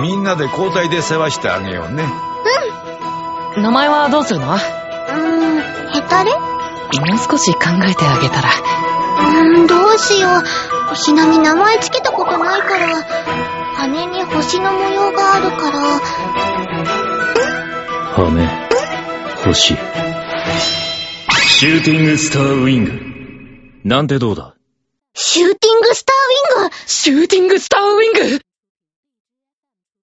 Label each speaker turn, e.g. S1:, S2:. S1: みんなで交代で世話してあげようね。
S2: 名前はどうするのもう
S3: うーん、ヘタレ
S2: 少し考えてあげたら。
S3: うーん、どうしよう。星並み名前つけたことないから、羽に星の模様があるから、
S4: 羽、星。シューティングスターウィング。なんてどうだ
S3: シューティングスターウィング
S2: シューティングスターウィング